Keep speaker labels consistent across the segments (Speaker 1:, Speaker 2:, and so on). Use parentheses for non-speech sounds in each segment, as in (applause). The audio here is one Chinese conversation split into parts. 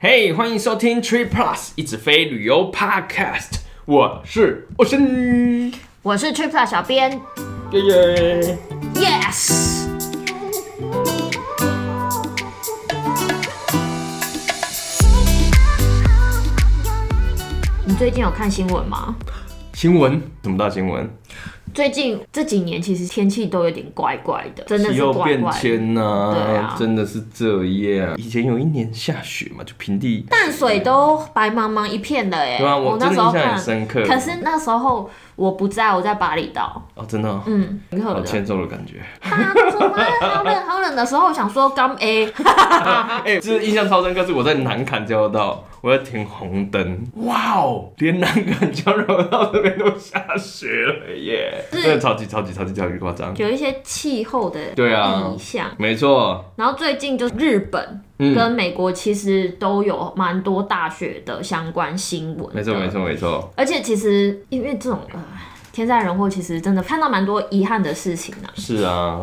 Speaker 1: 嘿欢迎收听 Tree Plus 一直飞旅游 Podcast，我是 Ocean，
Speaker 2: 我是 Triple 小编
Speaker 1: 耶耶！
Speaker 2: ，Yes。你最近有看新闻吗？
Speaker 1: 新闻什么大新闻？
Speaker 2: 最近这几年其实天气都有点怪怪的，真的
Speaker 1: 气
Speaker 2: 是
Speaker 1: 候
Speaker 2: 怪
Speaker 1: 变
Speaker 2: 怪的。
Speaker 1: 迁呐、
Speaker 2: 对啊
Speaker 1: 真的是这样。以前有一年下雪嘛，就平地，
Speaker 2: 淡水都白茫茫一片的哎、
Speaker 1: 对啊我
Speaker 2: 那时候
Speaker 1: 真的印象
Speaker 2: 看
Speaker 1: 很深刻
Speaker 2: 可是那时候我不在，我在巴厘岛，
Speaker 1: 哦，真的、哦，
Speaker 2: 嗯，很可
Speaker 1: 好
Speaker 2: 能。
Speaker 1: 欠揍的感觉。
Speaker 2: 大家都说哇好冷好冷的时候，我想说刚 A，
Speaker 1: 哎、这印象超深刻，是我在南坎交流道，我在停红灯，哇哦，连南坎交流道这边都下雪了耶，
Speaker 2: 是
Speaker 1: 真的超级超级超级超级夸张。
Speaker 2: 有一些气候的
Speaker 1: (laughs) 对啊
Speaker 2: 意象。
Speaker 1: 没错，
Speaker 2: 然后最近就是日本
Speaker 1: 嗯
Speaker 2: 跟美国其实都有蛮多大学的相关新闻，
Speaker 1: 没错，没。错，没错。
Speaker 2: 而且其实因为这种呃天灾人祸，其实真的看到蛮多遗憾的事情呢、
Speaker 1: 是啊，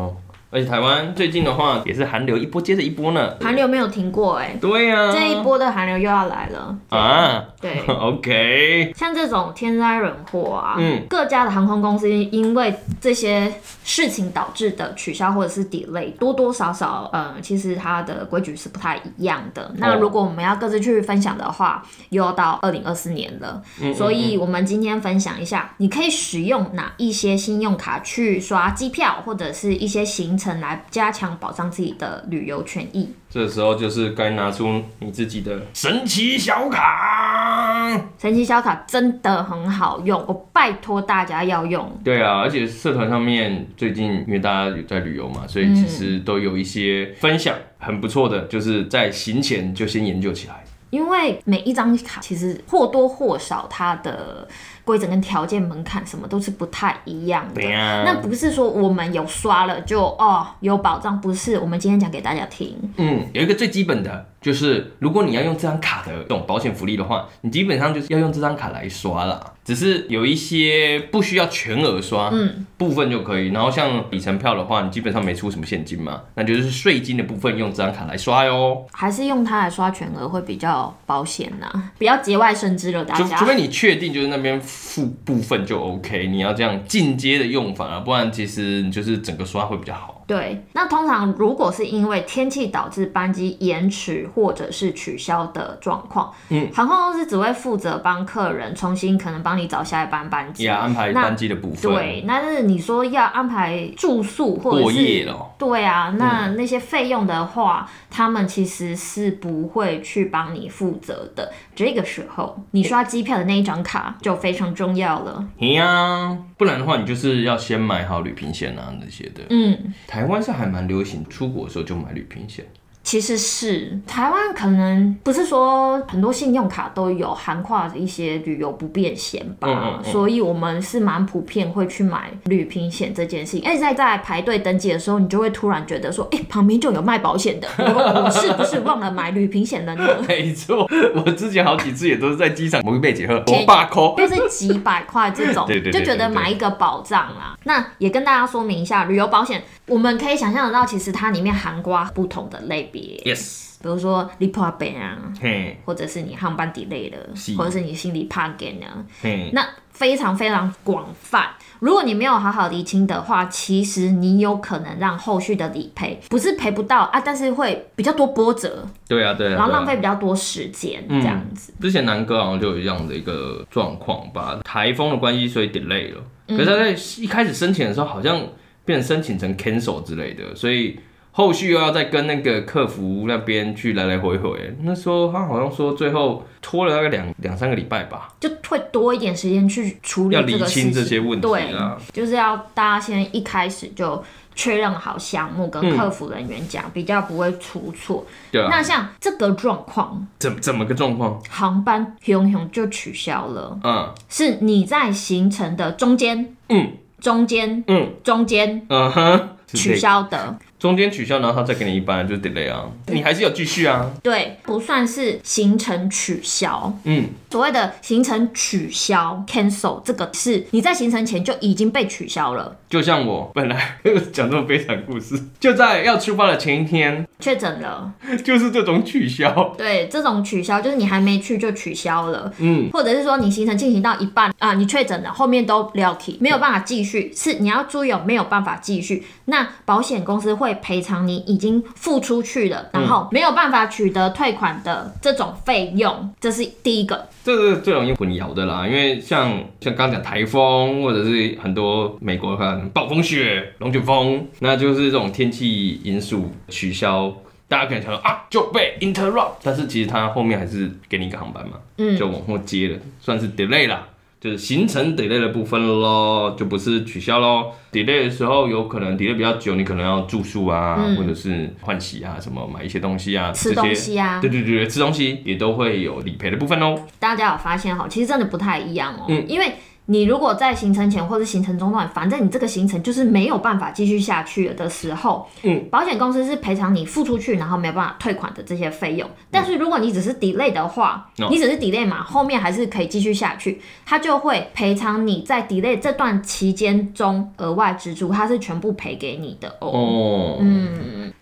Speaker 1: 而且台湾最近的话也是寒流一波接着一波呢。
Speaker 2: 寒流没有停过哎、
Speaker 1: 对呀、
Speaker 2: 这一波的寒流又要来了。
Speaker 1: 啊 (laughs)
Speaker 2: 对，
Speaker 1: ，OK，
Speaker 2: 像这种天灾人祸啊，
Speaker 1: 嗯
Speaker 2: 各家的航空公司因为这些事情导致的取消或者是 delay，多多少少，呃，其实它的规矩是不太一样的。那如果我们要各自去分享的话，又要到二零二四年了，所以我们今天分享一下，你可以使用哪一些信用卡去刷机票或者是一些行程来加强保障自己的旅游权益。
Speaker 1: 这时候就是该拿出你自己的神奇小卡。
Speaker 2: 神奇小卡真的很好用，我拜托大家要用。
Speaker 1: 对啊，而且社团上面最近因为大家有在旅游嘛，所以其实
Speaker 2: 嗯
Speaker 1: 都有一些分享，很不错的，就是在行前就先研究起来。
Speaker 2: 因为每一张卡其实或多或少它的规则跟条件门槛什么都是不太一样的。
Speaker 1: 对啊呀
Speaker 2: 那不是说我们有刷了就哦有保障，不是。我们今天讲给大家听，
Speaker 1: 嗯，有一个最基本的就是，如果你要用这张卡的这种保险福利的话，你基本上就是要用这张卡来刷啦。只是有一些不需要全额刷，嗯，部分就可以。然后像里程票的话，你基本上没出什么现金嘛，那就是税金的部分用这张卡来刷哟。
Speaker 2: 还是用它来刷全额会比较保险呐、不要节外生枝了，大
Speaker 1: 除除
Speaker 2: 家。
Speaker 1: 非你确定就是那边付部分就 OK，你要这样进阶的用法啊，不然其实你就是整个刷会比较好。
Speaker 2: 对，那通常如果是因为天气导致班机延迟或者是取消的状况，嗯，航空公司只会负责帮客人重新可能帮你找下一班班机，
Speaker 1: 也安排
Speaker 2: 那
Speaker 1: 班机的部分，
Speaker 2: 对，那是你说要安排住宿或者
Speaker 1: 过
Speaker 2: 是
Speaker 1: 夜嗯咯。
Speaker 2: 对啊，那那些费用的话，他们其实是不会去帮你负责的。这个时候，你刷机票的那一张卡就非常重要了。
Speaker 1: 嘿呀、不然的话你就是要先买好旅行险啊那些的。
Speaker 2: 嗯，
Speaker 1: 台湾是还蛮流行，出国的时候就买旅行险。
Speaker 2: 其实是台湾可能不是说很多信用卡都有涵跨一些旅游不便险吧，
Speaker 1: 嗯嗯嗯
Speaker 2: 所以我们是蛮普遍会去买旅平险这件事情。而且哎在在排队登记的时候，你就会突然觉得说，哎、旁边就有卖
Speaker 1: (laughs)
Speaker 2: 保险的，我我哦是不是忘了买旅平险了呢？
Speaker 1: 没错，我之前好几次也都是在机场某一杯结合，我爸抠。
Speaker 2: 就是几百块这种
Speaker 1: 对对，对
Speaker 2: 就觉得买一个保障啦。那也跟大家说明一下，旅游保险我们可以想象得到，其实它里面涵盖不同的类别，
Speaker 1: Yes，
Speaker 2: 比如说你破病啊，
Speaker 1: 嘿，
Speaker 2: 或者是你航班 delay 了
Speaker 1: 是，
Speaker 2: 或者是你心理怕给啊，
Speaker 1: 嘿，
Speaker 2: 那非常非常广泛。如果你没有好好厘清的话，其实你有可能让后续的理赔不是赔不到啊，但是会比较多波折，
Speaker 1: 对啊，对啊，对啊啊嗯
Speaker 2: 然后浪费比较多时间这样子。
Speaker 1: 之前南哥好像就有这样的一个状况吧，台风的关系，所以 delay 了。
Speaker 2: 嗯
Speaker 1: 可是他在一开始申请的时候，好像变成申请成 cancel 之类的，所以后续又要再跟那个客服那边去来来回回。那时候他好像说最后拖了大概两两三个礼拜吧，
Speaker 2: 就会多一点时间去处理
Speaker 1: 要
Speaker 2: 这
Speaker 1: 理
Speaker 2: 个事
Speaker 1: 清
Speaker 2: 情。
Speaker 1: 这些问题啊
Speaker 2: 对
Speaker 1: 啦，
Speaker 2: 就是要大家先一开始就确认好项目，跟客服人员讲，比较不会出错。
Speaker 1: 对啊，
Speaker 2: 那像这个状况，
Speaker 1: 怎怎么个状况？
Speaker 2: 航班熊熊就取消了，
Speaker 1: 嗯
Speaker 2: 是你在行程的中间，
Speaker 1: 嗯
Speaker 2: 中间，
Speaker 1: 嗯
Speaker 2: 中间
Speaker 1: 嗯哼，
Speaker 2: 取消的。
Speaker 1: 中间取消，然后他再给你一班，就是 delay 啊，你还是有继续啊。
Speaker 2: 对，不算是行程取消。
Speaker 1: 嗯，
Speaker 2: 所谓的行程取消 cancel 这个是你在行程前就已经被取消了，
Speaker 1: 就像我本来 (laughs) 讲这种悲惨故事，就在要出发的前一天，
Speaker 2: 确诊了。
Speaker 1: 就是这种取消。
Speaker 2: 对，这种取消就是你还没去就取消了。
Speaker 1: 嗯，
Speaker 2: 或者是说你行程进行到一半啊，你确诊了，后面都聊起没有办法继续，是你要注意有没有办法继续。那保险公司会赔偿你已经付出去了，然后没有办法取得退款的这种费用，这是第一个。
Speaker 1: 这是最容易混淆的啦，因为像像刚刚讲台风，或者是很多美国可能暴风雪、龙卷风，那就是这种天气因素取消。大家可能想说啊，就被 interrupt，但是其实它后面还是给你一个航班嘛，
Speaker 2: 嗯
Speaker 1: 就往后接了，算是 delay 啦，就是行程 delay 的部分咯，就不是取消咯。delay 的时候有可能 delay 比较久，你可能要住宿啊，
Speaker 2: 嗯
Speaker 1: 或者是换洗啊，什么买一些东西啊，
Speaker 2: 吃
Speaker 1: 这
Speaker 2: 东
Speaker 1: 些
Speaker 2: 西啊，
Speaker 1: 对对对，吃东西也都会有理赔的部分哦。
Speaker 2: 大家有发现哈，其实真的不太一样哦。
Speaker 1: 嗯
Speaker 2: 因为你如果在行程前或是行程中断，反正你这个行程就是没有办法继续下去了的时候，
Speaker 1: 嗯，
Speaker 2: 保险公司是赔偿你付出去然后没有办法退款的这些费用。但是如果你只是 delay 的话，
Speaker 1: 哦
Speaker 2: 你只是 delay 嘛，后面还是可以继续下去，它就会赔偿你在 delay 这段期间中额外支出，它是全部赔给你的哦。
Speaker 1: 哦，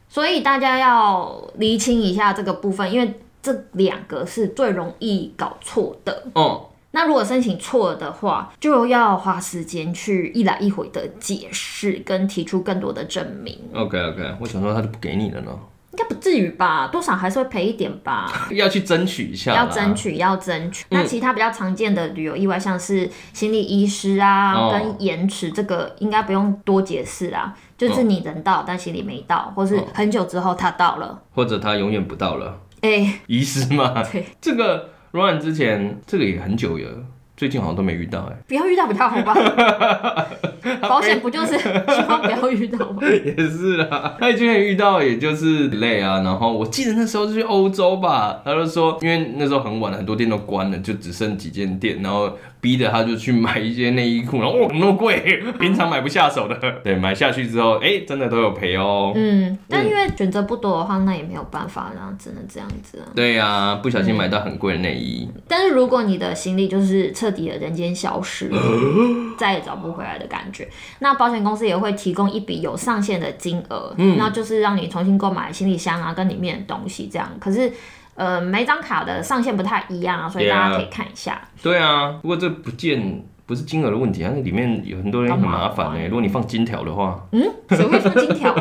Speaker 2: 所以大家要厘清一下这个部分，因为这两个是最容易搞错的。
Speaker 1: 哦，
Speaker 2: 那如果申请错了的话，就要花时间去一来一回的解释跟提出更多的证明，
Speaker 1: OK OK，我想说他就不给你了呢，
Speaker 2: 应该不至于吧？多少还是会赔一点吧。
Speaker 1: (laughs) 要去争取一下，
Speaker 2: 要争。取，要争取。那其他比较常见的旅游意外，像是心理医师啊，
Speaker 1: 哦
Speaker 2: 跟延迟，这个应该不用多解释啊。就是你人到，但心里没到，或是
Speaker 1: 哦
Speaker 2: 很久之后他到
Speaker 1: (laughs)
Speaker 2: 了，
Speaker 1: 或者他永远不到了，
Speaker 2: 哎、
Speaker 1: (laughs) 遗失嘛。
Speaker 2: 对，
Speaker 1: (laughs) 这个 Ryan 之前这个也很久了，最近好像都没遇到哎、
Speaker 2: 不要遇到比较好吧？保险不就是希望不要遇到吗？
Speaker 1: (laughs) 也是啦，他之前遇到也就是累啊，然后我记得那时候是去欧洲吧，他就说因为那时候很晚了，很多店都关了，就只剩几间店，然后逼得他就去买一些内衣裤，然后哦怎么那么贵， (laughs) 平常买不下手的，对，买下去之后，哎、真的都有赔哦。
Speaker 2: 嗯，但因为选择不多的话，那也没有办法啦，只能这样子啊。
Speaker 1: 对呀、不小心买到很贵的内衣，
Speaker 2: 但是如果你的行李就是彻底的人间消 (gasps) 失，再也找不回来的感觉，那保险公司也会提供一笔有上限的金额，嗯，那就是让你重新购买行李箱啊，跟里面的东西这样。可是，呃，每张卡的上限不太一样啊，所以
Speaker 1: Yeah
Speaker 2: 大家可以看一下。
Speaker 1: 对啊，不过这不见不是金额的问题，它那里面有很多人很麻烦哎、如果你放金条的话， (laughs)
Speaker 2: 嗯，谁会放金条？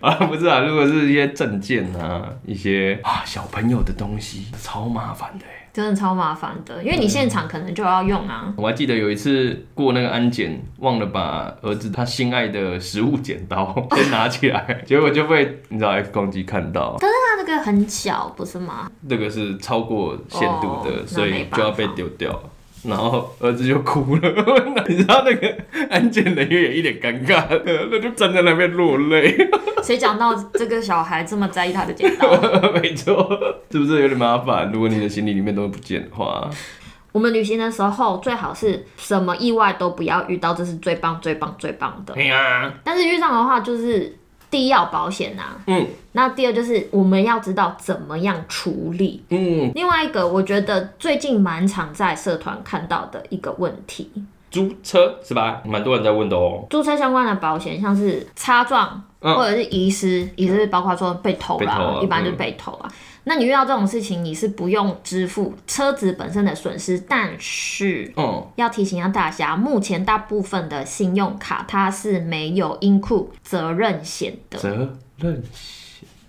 Speaker 1: 啊不是啊，如果是一些证件啊，一些啊小朋友的东西，超麻烦的、欸。
Speaker 2: 真的超麻烦的，因为你现场可能就要用啊。
Speaker 1: 我还记得有一次过那个安检，忘了把儿子他心爱的食物剪刀 (laughs) 先拿起来，结果就被你知道 X 光机看到，
Speaker 2: 那这个很小，不是吗？
Speaker 1: 这个是超过限度
Speaker 2: 哦
Speaker 1: 的，
Speaker 2: 那
Speaker 1: 所
Speaker 2: 没
Speaker 1: 以
Speaker 2: 办法
Speaker 1: 就要被丢掉。然后儿子就哭了， (laughs) 你知道那个安检人员也一脸尴尬，那就站在那边落泪。 (laughs)
Speaker 2: 谁讲到这个小孩这么在意他的剪刀？
Speaker 1: 没错，是不是有点麻烦？如果你的行李里面都不见的话，
Speaker 2: 我们旅行的时候最好是什么意外都不要遇到，这是最棒、最棒、最棒的。
Speaker 1: 对哎呀，
Speaker 2: 但是遇上的话，就是第一要保险呐、啊，
Speaker 1: 嗯
Speaker 2: 那第二就是我们要知道怎么样处理。
Speaker 1: 嗯，
Speaker 2: 另外一个，我觉得最近蛮常在社团看到的一个问题，
Speaker 1: 租车是吧？蛮多人在问的哦。
Speaker 2: 租车相关的保险，像是擦撞
Speaker 1: 嗯
Speaker 2: 或者是遗失，遗失包括说被偷
Speaker 1: 被
Speaker 2: 啦，
Speaker 1: 偷啊
Speaker 2: 一般就是被偷啊。那你遇到这种事情，你是不用支付车子本身的损失，但是
Speaker 1: 嗯，
Speaker 2: 要提醒一下大家，目前大部分的信用卡它是没有 include 责任险的。
Speaker 1: 责任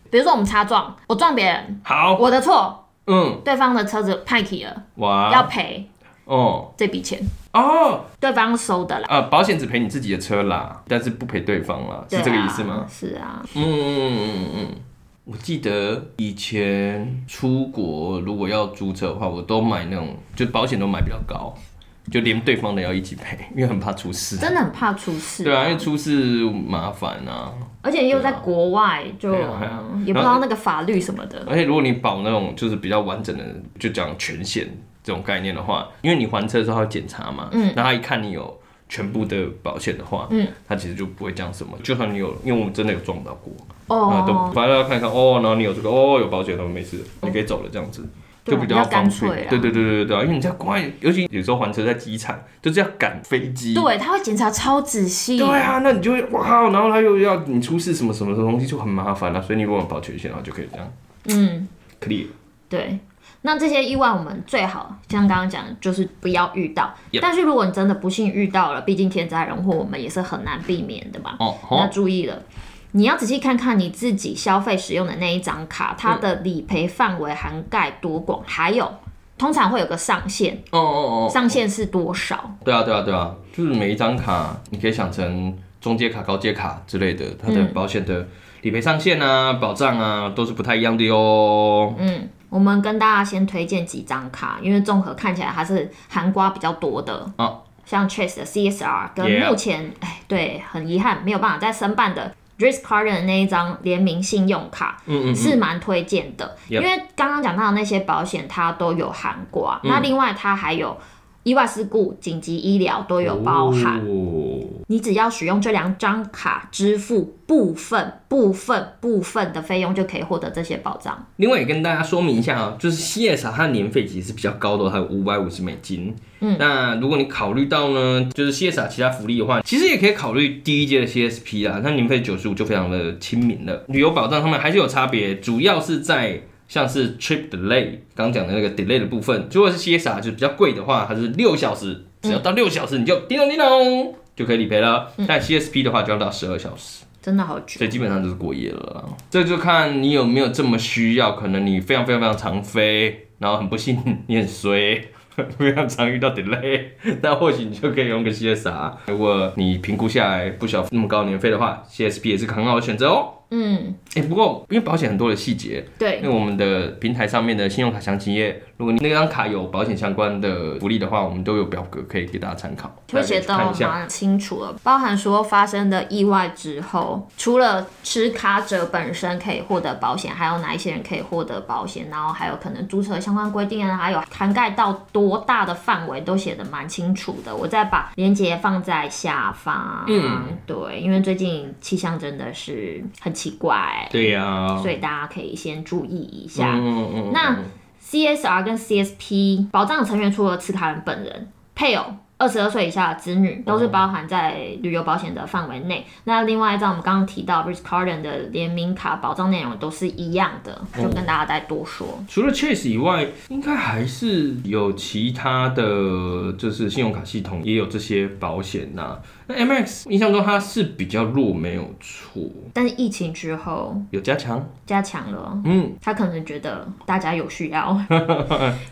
Speaker 2: 比如说我们擦撞，我撞别人，
Speaker 1: 好，
Speaker 2: 我的错，
Speaker 1: 嗯，
Speaker 2: 对方的车子派起了，要
Speaker 1: 哇，
Speaker 2: 赔
Speaker 1: 哦
Speaker 2: 这笔钱，
Speaker 1: 哦，
Speaker 2: 对方收的啦。
Speaker 1: 呃，保险只赔你自己的车啦，但是不赔对方啦，是这个意思吗？
Speaker 2: 对啊？是啊，
Speaker 1: 嗯嗯嗯嗯嗯。我记得以前出国如果要租车的话，我都买那种，就保险都买比较高，就连对方的要一起赔，因为很怕出事。
Speaker 2: 真的很怕出事。
Speaker 1: 对啊，因为出事麻烦啊，
Speaker 2: 而且又在国外，就嗯
Speaker 1: 对啊对啊
Speaker 2: 也不知道那个法律什么的。
Speaker 1: 而且如果你保那种就是比较完整的，就讲全险这种概念的话，因为你还车的时候他会检查嘛，嗯，然后他一看你有全部的保险的话，嗯，它其实就不会讲什么。就算你有，因为我们真的有撞到过，啊，
Speaker 2: 哦，
Speaker 1: 都反正要看一看哦，然后你有这个哦，有保险，然后没事，你可以走了这样子。
Speaker 2: 对
Speaker 1: 就
Speaker 2: 啊
Speaker 1: 比较
Speaker 2: 比较干
Speaker 1: 方
Speaker 2: 脆
Speaker 1: 便，
Speaker 2: 啦
Speaker 1: 对对对对对啊，因为你在国外，尤其有时候还车在机场，就是要赶飞机，
Speaker 2: 对，他会检查超仔细。
Speaker 1: 对啊，那你就会哇靠，然后他又要你出示什么什么东西就很麻烦了、所以你如果有保全险，然后就可以这样
Speaker 2: 嗯，
Speaker 1: clear。
Speaker 2: 对。那这些意外，我们最好像刚刚讲，就是不要遇到。
Speaker 1: Yep
Speaker 2: 但是如果你真的不幸遇到了，毕竟天灾人祸，我们也是很难避免的吧？
Speaker 1: 哦，
Speaker 2: 那
Speaker 1: 好，
Speaker 2: 注意了，你要仔细看看你自己消费使用的那一张卡，它的理赔范围涵盖多广，还有通常会有个上限，
Speaker 1: 哦哦哦，
Speaker 2: 上限是多少？
Speaker 1: 对啊对啊对啊，就是每一张卡，你可以想成中阶卡、高阶卡之类的，它
Speaker 2: 嗯
Speaker 1: 的保险的理赔上限啊、保障啊，都是不太一样的哟。
Speaker 2: 嗯，我们跟大家先推荐几张卡，因为综合看起来它是含瓜比较多的。
Speaker 1: 哦
Speaker 2: 像 Chase 的 CSR 跟
Speaker 1: Yeah
Speaker 2: 目前，哎、对，很遗憾没有办法再申办的 r i s k Card 的那一张联名信用卡，
Speaker 1: 嗯嗯
Speaker 2: 是蛮推荐的，
Speaker 1: Yep
Speaker 2: 因为刚刚讲到的那些保险它都有含挂，
Speaker 1: 嗯
Speaker 2: 那另外它还有意外事故、紧急医疗都有包含。
Speaker 1: 哦
Speaker 2: 你只要使用这两张卡支付部分、部分、部分的费用，就可以获得这些保障。
Speaker 1: 另外也跟大家说明一下啊，就是 CSR 它的年费其实是比较高的，它有五百五十美金。嗯，那如果你考虑到呢，就是 CSR 其他福利的话，其实也可以考虑第一届的 CSP 啦，它年费九十五就非常的亲民了。旅游保障他们还是有差别，主要是在像是 trip delay 刚讲的那个 delay 的部分，如果是 CSR 就是比较贵的话，它是六小时，只要到六小时你就叮咚叮咚就可以理赔了。但 CSP 的话就要到十二小时。
Speaker 2: 真的好久，
Speaker 1: 所以基本上就是过夜了啦。这就看你有没有这么需要，可能你非常非常非常常飞，然后很不幸 (laughs) 你很衰，非常常遇到 delay，那 (laughs) 或许你就可以用个 CSR。如果你评估下来不需要那么高的年费的话，CSP 也是个很好的选择哦。
Speaker 2: 嗯，
Speaker 1: 哎、不过因为保险很多的细节，因
Speaker 2: 对，
Speaker 1: 为我们的平台上面的信用卡详情页，如果你那张卡有保险相关的福利的话，我们都有表格可以给大家参考，大
Speaker 2: 会
Speaker 1: 家可以
Speaker 2: 写
Speaker 1: 去
Speaker 2: 的
Speaker 1: 看一下。
Speaker 2: 蛮清楚了，包含说发生的意外之后，除了持卡者本身可以获得保险，还有哪一些人可以获得保险，然后还有可能租车相关规定啊，还有涵盖到多大的范围都写的蛮清楚的。我再把链接放在下方。嗯，对，因为最近气象真的是很奇怪，
Speaker 1: 对呀、
Speaker 2: 所以大家可以先注意一下。
Speaker 1: 嗯嗯
Speaker 2: 那 CSR 跟 CSP 保障的成员除了持卡人本人、配偶、二十二岁以下的子
Speaker 1: 哦
Speaker 2: 女，都是包含在旅游保险的范围内。那另外一张我们刚刚提到 Rich Carden 的联名卡保障内容都是一样的，
Speaker 1: 哦
Speaker 2: 就跟大家再多说。
Speaker 1: 除了 Chase 以外，应该还是有其他的，就是信用卡系统也有这些保险呐、那 MX 印象中它是比较弱，没有错，
Speaker 2: 但是疫情之后
Speaker 1: 有加强。
Speaker 2: 加强了，
Speaker 1: 嗯，
Speaker 2: 他可能觉得大家有需
Speaker 1: (laughs)
Speaker 2: 要，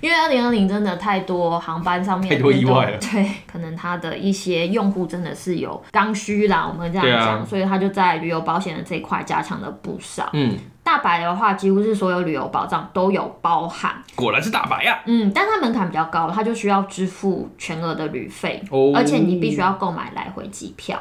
Speaker 2: 因为二零二零真的太多航班上面
Speaker 1: 太多意外了
Speaker 2: 对，可能他的一些用户真的是有刚需啦，我们这样
Speaker 1: 对啊
Speaker 2: 讲，所以他就在旅游保险的这一块加强了不少。
Speaker 1: 嗯，
Speaker 2: 大白的话，几乎是所有旅游保障都有包含，
Speaker 1: 果然是大白呀、
Speaker 2: 嗯，但它门槛比较高，它就需要支付全额的旅费，
Speaker 1: 哦
Speaker 2: 而且你必须要购买来回机票。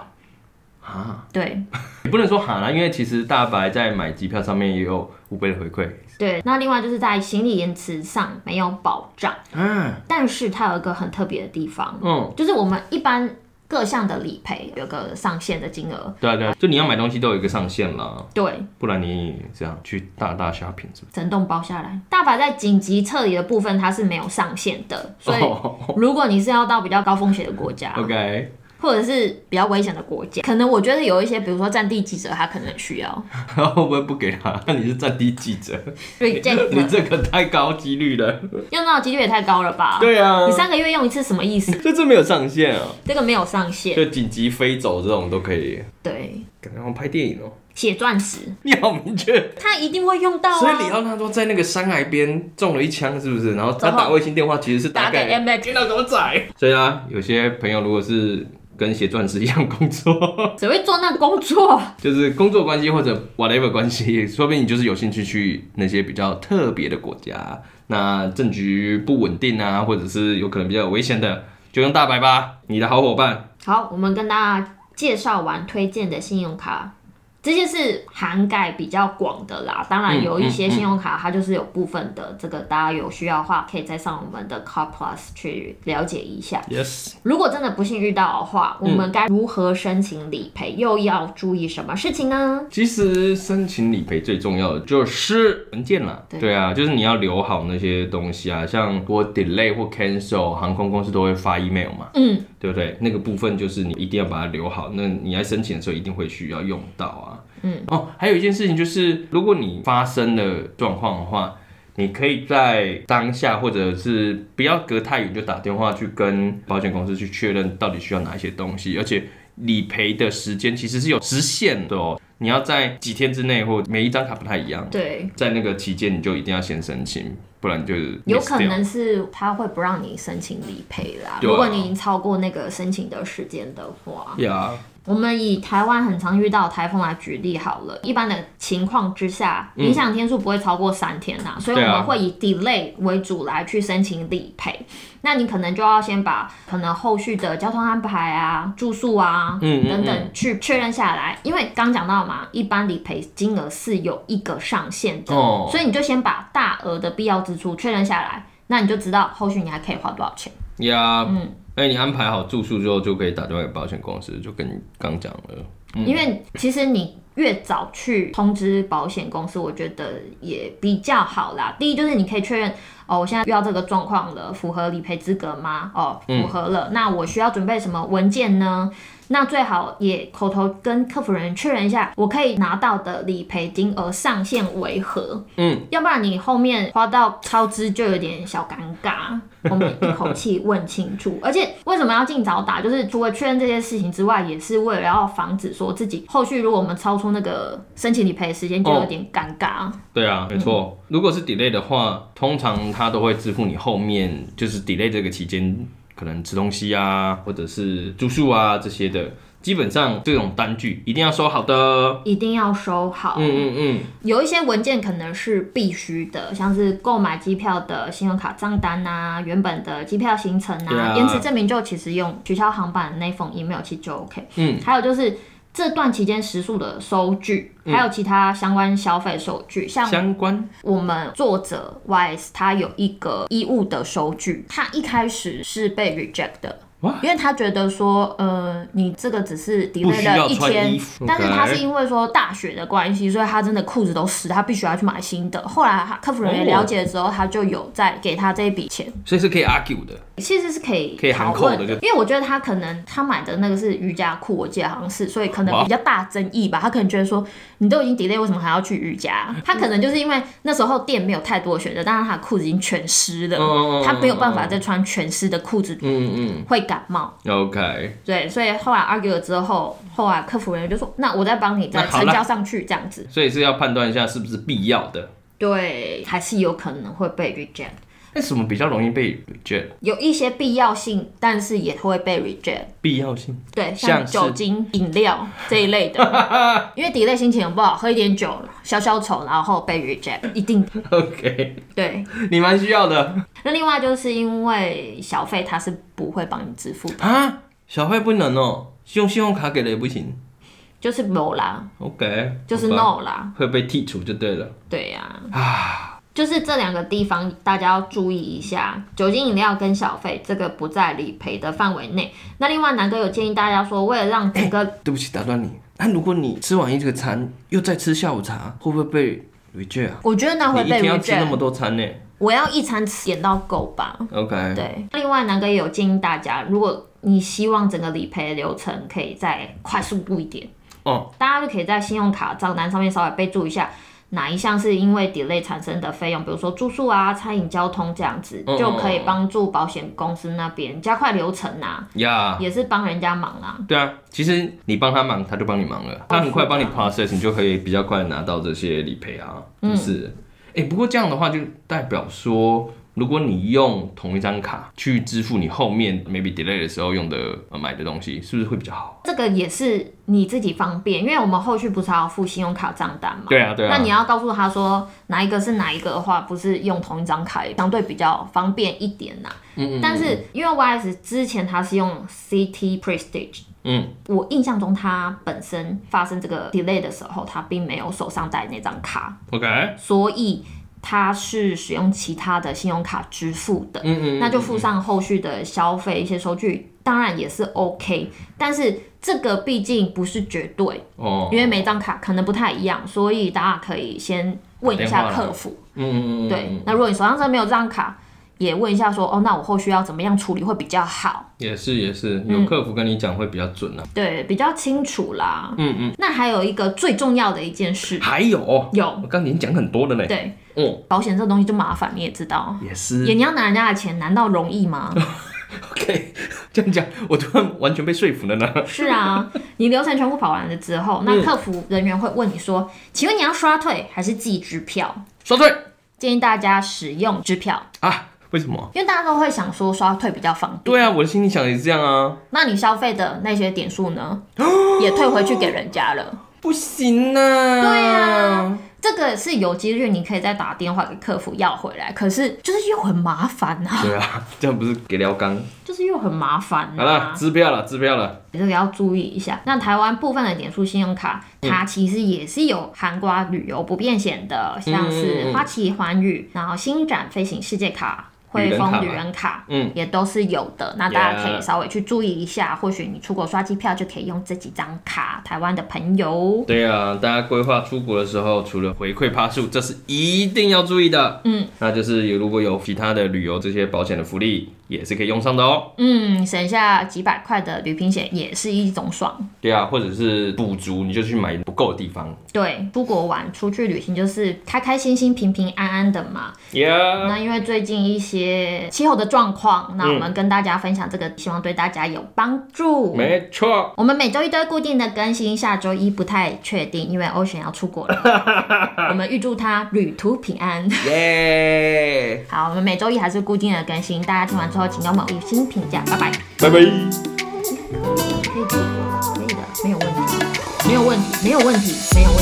Speaker 1: 啊！
Speaker 2: 对，
Speaker 1: 也不能说哈啦，因为其实大白在买机票上面也有五倍的回馈。
Speaker 2: 对，那另外就是在行李延迟上没有保障，
Speaker 1: 嗯、
Speaker 2: 但是它有一个很特别的地方，
Speaker 1: 嗯，
Speaker 2: 就是我们一般各项的理赔有个上限的金额，
Speaker 1: 对啊对啊，就你要买东西都有一个上限啦，
Speaker 2: 对，
Speaker 1: 不然你这样去大大 shopping 是不
Speaker 2: 整栋包下来。大白在紧急撤离的部分它是没有上限的，
Speaker 1: 是？
Speaker 2: 所以
Speaker 1: 哦
Speaker 2: 如果你是要到比较高风险的
Speaker 1: (laughs)
Speaker 2: 国家，
Speaker 1: OK，
Speaker 2: 或者是比较危险的国家，可能我觉得有一些，比如说战地记者，他可能需要。
Speaker 1: 然后会不会不给他？那你是战地记者，
Speaker 2: 所以这
Speaker 1: (laughs) 你
Speaker 2: 个
Speaker 1: 这个太高几率了。
Speaker 2: 用到的几率也太高了吧？
Speaker 1: 对啊
Speaker 2: 你，三个月用一次什么意
Speaker 1: (laughs)
Speaker 2: 思？
Speaker 1: 就这没有上限啊，
Speaker 2: 这个没有上限。
Speaker 1: 就紧急飞走这种都可以，
Speaker 2: 对，
Speaker 1: 感觉好像拍电影哦、
Speaker 2: 写钻石，
Speaker 1: 你好明确，
Speaker 2: 他一定会用到
Speaker 1: 所以里
Speaker 2: 啊。
Speaker 1: 奥纳多在那个山崖边中了一枪，是不是？然后他打卫星电话其实是
Speaker 2: 打
Speaker 1: 打
Speaker 2: 给
Speaker 1: 给
Speaker 2: M H，
Speaker 1: 听到狗仔。所以啊，有些朋友如果是跟写钻石一样工作， (laughs)
Speaker 2: 只会做那工作。
Speaker 1: 就是工作关系或者 whatever 关系，说不定你就是有兴趣去那些比较特别的国家，那政局不稳定啊，或者是有可能比较有危险的，就用大白吧，你的好伙伴。
Speaker 2: 好，我们跟大家介绍完推荐的信用卡这些是涵盖比较广的啦。当然，
Speaker 1: 嗯
Speaker 2: 有一些
Speaker 1: 嗯
Speaker 2: 信用卡它就是有部分的这个，大家有需要的话，可以再上我们的 Car Plus 去了解一下。
Speaker 1: Yes，
Speaker 2: 如果真的不幸遇到的话，我们该如何申请理赔？又要注意什么事情呢？
Speaker 1: 其实申请理赔最重要的就是文件啦。
Speaker 2: 对
Speaker 1: 对啊，就是你要留好那些东西啊，像我 delay 或 cancel，航空公司都会发 email 嘛，
Speaker 2: 嗯，
Speaker 1: 对不对？那个部分就是你一定要把它留好，那你在申请的时候一定会需要用到啊。嗯，哦，还有一件事情就是，如果你发生了状况的话，你可以在当下或者是不要隔太远就打电话去跟保险公司去确认到底需要哪一些东西，而且理赔的时间其实是有时限的哦，你要在几天之内或每一张卡不太一样，
Speaker 2: 对，
Speaker 1: 在那个期间你就一定要先申请，不然就是 miss
Speaker 2: 有可
Speaker 1: 掉
Speaker 2: 能是他会不让你申请理赔啦。
Speaker 1: 对啊
Speaker 2: 如果你已经超过那个申请的时间的话，
Speaker 1: 呀
Speaker 2: 我们以台湾很常遇到台风来举例好了。一般的情况之下，
Speaker 1: 嗯
Speaker 2: 影响天数不会超过三天呐、所以我
Speaker 1: 对啊
Speaker 2: 们会以 delay 为主来去申请理赔。那你可能就要先把可能后续的交通安排啊、住宿啊
Speaker 1: 嗯嗯
Speaker 2: 等等去确认下来，因为刚讲到嘛，一般理赔金额是有一个上限的，
Speaker 1: 哦
Speaker 2: 所以你就先把大额的必要支出确认下来，那你就知道后续你还可以花多少钱。
Speaker 1: 呀，哎、你安排好住宿之后，就可以打电话给保险公司，就跟你刚讲了。
Speaker 2: 因为其实你越早去通知保险公司，我觉得也比较好啦。第一就是你可以确认，哦，我现在遇到这个状况了，符合理赔资格吗？哦，
Speaker 1: 嗯
Speaker 2: 符合了，那我需要准备什么文件呢？那最好也口头跟客服人员确认一下，我可以拿到的理赔金额上限为何？
Speaker 1: 嗯，
Speaker 2: 要不然你后面花到超支就有点小尴尬。我们一口气问清楚，而且为什么要尽早打？就是除了确认这些事情之外，也是为了要防止说自己后续如果我们超出那个申请理赔的时
Speaker 1: 哦
Speaker 2: 间，就有点尴尬。
Speaker 1: 对啊，没错。如果是 delay 的话，通常他都会支付你后面就是 delay 这个期间，可能吃东西啊，或者是住宿啊这些的。基本上这种单据一定要收好的。
Speaker 2: 一定要收好。
Speaker 1: 嗯嗯嗯，
Speaker 2: 有一些文件可能是必须的，像是购买机票的信用卡账单啊，原本的机票行程
Speaker 1: 对
Speaker 2: 啊，
Speaker 1: 啊
Speaker 2: 延迟证明就其实用取消航班的那封 email 其实就 OK。
Speaker 1: 嗯，
Speaker 2: 还有就是这段期间时数的收据，
Speaker 1: 嗯
Speaker 2: 还有其他相关消费收据，像
Speaker 1: 相关
Speaker 2: 我们作者 Wise 他有一个衣物的收据，他一开始是被 reject 的。因为他觉得说，呃，你这个只是
Speaker 1: 不
Speaker 2: delay
Speaker 1: 需要
Speaker 2: 了一
Speaker 1: 穿
Speaker 2: 天
Speaker 1: 衣服，
Speaker 2: 但是
Speaker 1: OK
Speaker 2: 他是因为说大雪的关系，所以他真的裤子都湿，他必须要去买新的。后来他客服人员
Speaker 1: 哦
Speaker 2: 了解之后，他就有再给他这一笔钱，
Speaker 1: 所以是可以 argue 的。
Speaker 2: 其实是可以
Speaker 1: 可以
Speaker 2: 讨
Speaker 1: 含
Speaker 2: 论
Speaker 1: 扣的就
Speaker 2: 因为我觉得他可能他买的那个是瑜伽裤，我记得好像是，所以可能
Speaker 1: 哇
Speaker 2: 比较大争议吧。他可能觉得说，你都已经 delay，为什么还要去瑜伽？
Speaker 1: 嗯
Speaker 2: 他可能就是因为那时候店没有太多的选择，但是他的裤子已经全湿了，
Speaker 1: 嗯
Speaker 2: 他没有办法再穿全湿的裤子，
Speaker 1: 嗯
Speaker 2: 会感冒。
Speaker 1: 嗯，OK，
Speaker 2: 对，所以后来 argue 了之后，后来客服人员就说，那我再帮你再
Speaker 1: 那好
Speaker 2: 成
Speaker 1: 啦
Speaker 2: 交上去，这样子。
Speaker 1: 所以是要判断一下是不是必要的。
Speaker 2: 对，还是有可能会被 reject。
Speaker 1: 那什么比较容易被 reject？
Speaker 2: 有一些必要性，但是也会被 reject。
Speaker 1: 必要性 (laughs)
Speaker 2: 对，
Speaker 1: 像
Speaker 2: 像
Speaker 1: 是
Speaker 2: 酒精、饮料这一类的，
Speaker 1: (laughs)
Speaker 2: 因为 delay 心情很不好，喝一点酒消消愁，然后被 reject，一定
Speaker 1: ，OK，
Speaker 2: 对。
Speaker 1: (laughs) 你蛮需要的。
Speaker 2: 那另外就是因为小费他是不会帮你支付的，
Speaker 1: 啊，小费不能哦，用信用卡给了也不行。
Speaker 2: 就是某啦，
Speaker 1: OK，
Speaker 2: 就是
Speaker 1: 好吧啊
Speaker 2: no 啦，
Speaker 1: 会被剔除就对了。
Speaker 2: 对呀、
Speaker 1: (sighs)
Speaker 2: 就是这两个地方大家要注意一下，酒精饮料跟小费这个不在理赔的范围内。那另外南哥有建议大家说，为了让整个
Speaker 1: 对不起，打断你。那、如果你吃完一个餐，又再吃下午茶，会不会被 reject 啊？
Speaker 2: 我觉得那会
Speaker 1: 你一
Speaker 2: 被
Speaker 1: 天要吃那
Speaker 2: reject，
Speaker 1: 么多餐呢
Speaker 2: 我要一餐吃点到够吧。
Speaker 1: ？OK，
Speaker 2: 对，另外南哥也有建议大家，如果你希望整个理赔流程可以再快速度一点，
Speaker 1: 哦，
Speaker 2: 大家就可以在信用卡账单上面稍微备注一下。哪一项是因为 delay 产生的费用，比如说住宿啊、餐饮、交通这样子，
Speaker 1: 嗯
Speaker 2: 就可以帮助保险公司那边加快流程啊，
Speaker 1: 呀、
Speaker 2: 也是帮人家忙啊。
Speaker 1: 对啊，哦其实你帮他忙，他就帮你忙了，他很快帮你 process，你就可以比较快拿到这些理赔啊，就是。哎、不过这样的话就代表说，如果你用同一张卡去支付你后面 maybe delay 的时候用的、呃、买的东西，是不是会比较好？
Speaker 2: 这个也是你自己方便，因为我们后续不是还要付信用卡账单嘛。
Speaker 1: 对啊，对啊。
Speaker 2: 那你要告诉他说哪一个是哪一个的话，不是用同一张卡，相对比较方便一点呐、
Speaker 1: 嗯嗯嗯
Speaker 2: 但是因为 YS 之前他是用 CT Prestige，
Speaker 1: 嗯，
Speaker 2: 我印象中他本身发生这个 delay 的时候，他并没有手上带那张卡，
Speaker 1: ，OK，
Speaker 2: 所以他是使用其他的信用卡支付的。
Speaker 1: 嗯嗯，
Speaker 2: 那就附上后续的消费一些收据，当然也是 OK，但是这个毕竟不是绝对，
Speaker 1: 哦，
Speaker 2: 因为每张卡可能不太一样，所以大家可以先问一
Speaker 1: 打
Speaker 2: 下
Speaker 1: 电话啦
Speaker 2: 客服。
Speaker 1: 嗯嗯嗯，
Speaker 2: 对，那如果你手上真的没有这张卡，也问一下说，哦，那我后续要怎么样处理会比较好？
Speaker 1: 也是也是，
Speaker 2: 嗯
Speaker 1: 有客服跟你讲会比较准啊。
Speaker 2: 对，比较清楚啦。
Speaker 1: 嗯嗯，
Speaker 2: 那还有一个最重要的一件事，
Speaker 1: 还有，哦我
Speaker 2: 有
Speaker 1: 刚已经讲很多了呢。
Speaker 2: 对
Speaker 1: 哦，
Speaker 2: 保险这东西就麻烦，你也知道，
Speaker 1: 也是
Speaker 2: 也你要拿人家的钱，难道容易
Speaker 1: (laughs)
Speaker 2: 吗？
Speaker 1: OK，这样讲，我突然完全被说服了呢。
Speaker 2: 是啊，你流程全部跑完了之后，
Speaker 1: 嗯
Speaker 2: 那客服人员会问你说：“请问你要刷退还是寄支票
Speaker 1: 说对？”
Speaker 2: 建议大家使用支票，
Speaker 1: 啊？为什么？
Speaker 2: 因为大家都会想说刷退比较方便。
Speaker 1: 对啊，我的心里想也是这样啊。
Speaker 2: 那你消费的那些点数呢， (gasps) 也退回去给人家了。
Speaker 1: 不行啊。
Speaker 2: 对啊，这个是有几率你可以再打电话给客服要回来，可是就是又很麻烦
Speaker 1: (laughs)
Speaker 2: 啊，
Speaker 1: 对啊，这样不是给撩缸？
Speaker 2: 就是又很麻烦、
Speaker 1: 好了，
Speaker 2: 啊。
Speaker 1: 支票了，支票了。
Speaker 2: 这个要注意一下。那台湾部分的点数信用卡，
Speaker 1: 嗯
Speaker 2: 它其实也是有含刮旅游不便险的，
Speaker 1: 嗯嗯
Speaker 2: 像
Speaker 1: 嗯
Speaker 2: 是花旗环宇，然后星展飞行世界卡、
Speaker 1: 旅
Speaker 2: 汇
Speaker 1: 人卡嘛
Speaker 2: 丰旅人卡，
Speaker 1: 嗯，
Speaker 2: 也都是有的。那大家可
Speaker 1: Yeah
Speaker 2: 以稍微去注意一下，或许你出国刷机票就可以用这几张卡。台湾的朋友，
Speaker 1: 对啊，大家规划出国的时候，除了回馈趴数，这是一定要注意的。
Speaker 2: 嗯，
Speaker 1: 那就是有如果有其他的旅游这些保险的福利，也是可以用上的哦。
Speaker 2: 嗯，省下几百块的旅行险也是一种爽。
Speaker 1: 对啊，或者是补足，你就去买不够的地方。
Speaker 2: 对，出国玩、出去旅行就是开开心心、平平安安的嘛。
Speaker 1: Yeah，
Speaker 2: 那因为最近一些气候的状况，那我们跟大家分享这个，希望对大家有帮助。
Speaker 1: 没错。
Speaker 2: 我们每周一都会固定的更新，下周一不太确定，因为欧璇要出国了。我们预祝他旅途平安。
Speaker 1: 耶，
Speaker 2: 好，我们每周一还是固定的更新，大家听完之后请给我们五星评价，拜拜。
Speaker 1: 拜拜。
Speaker 2: 可以的，可以的，没有问题，没有问题，没有问题，没有问题。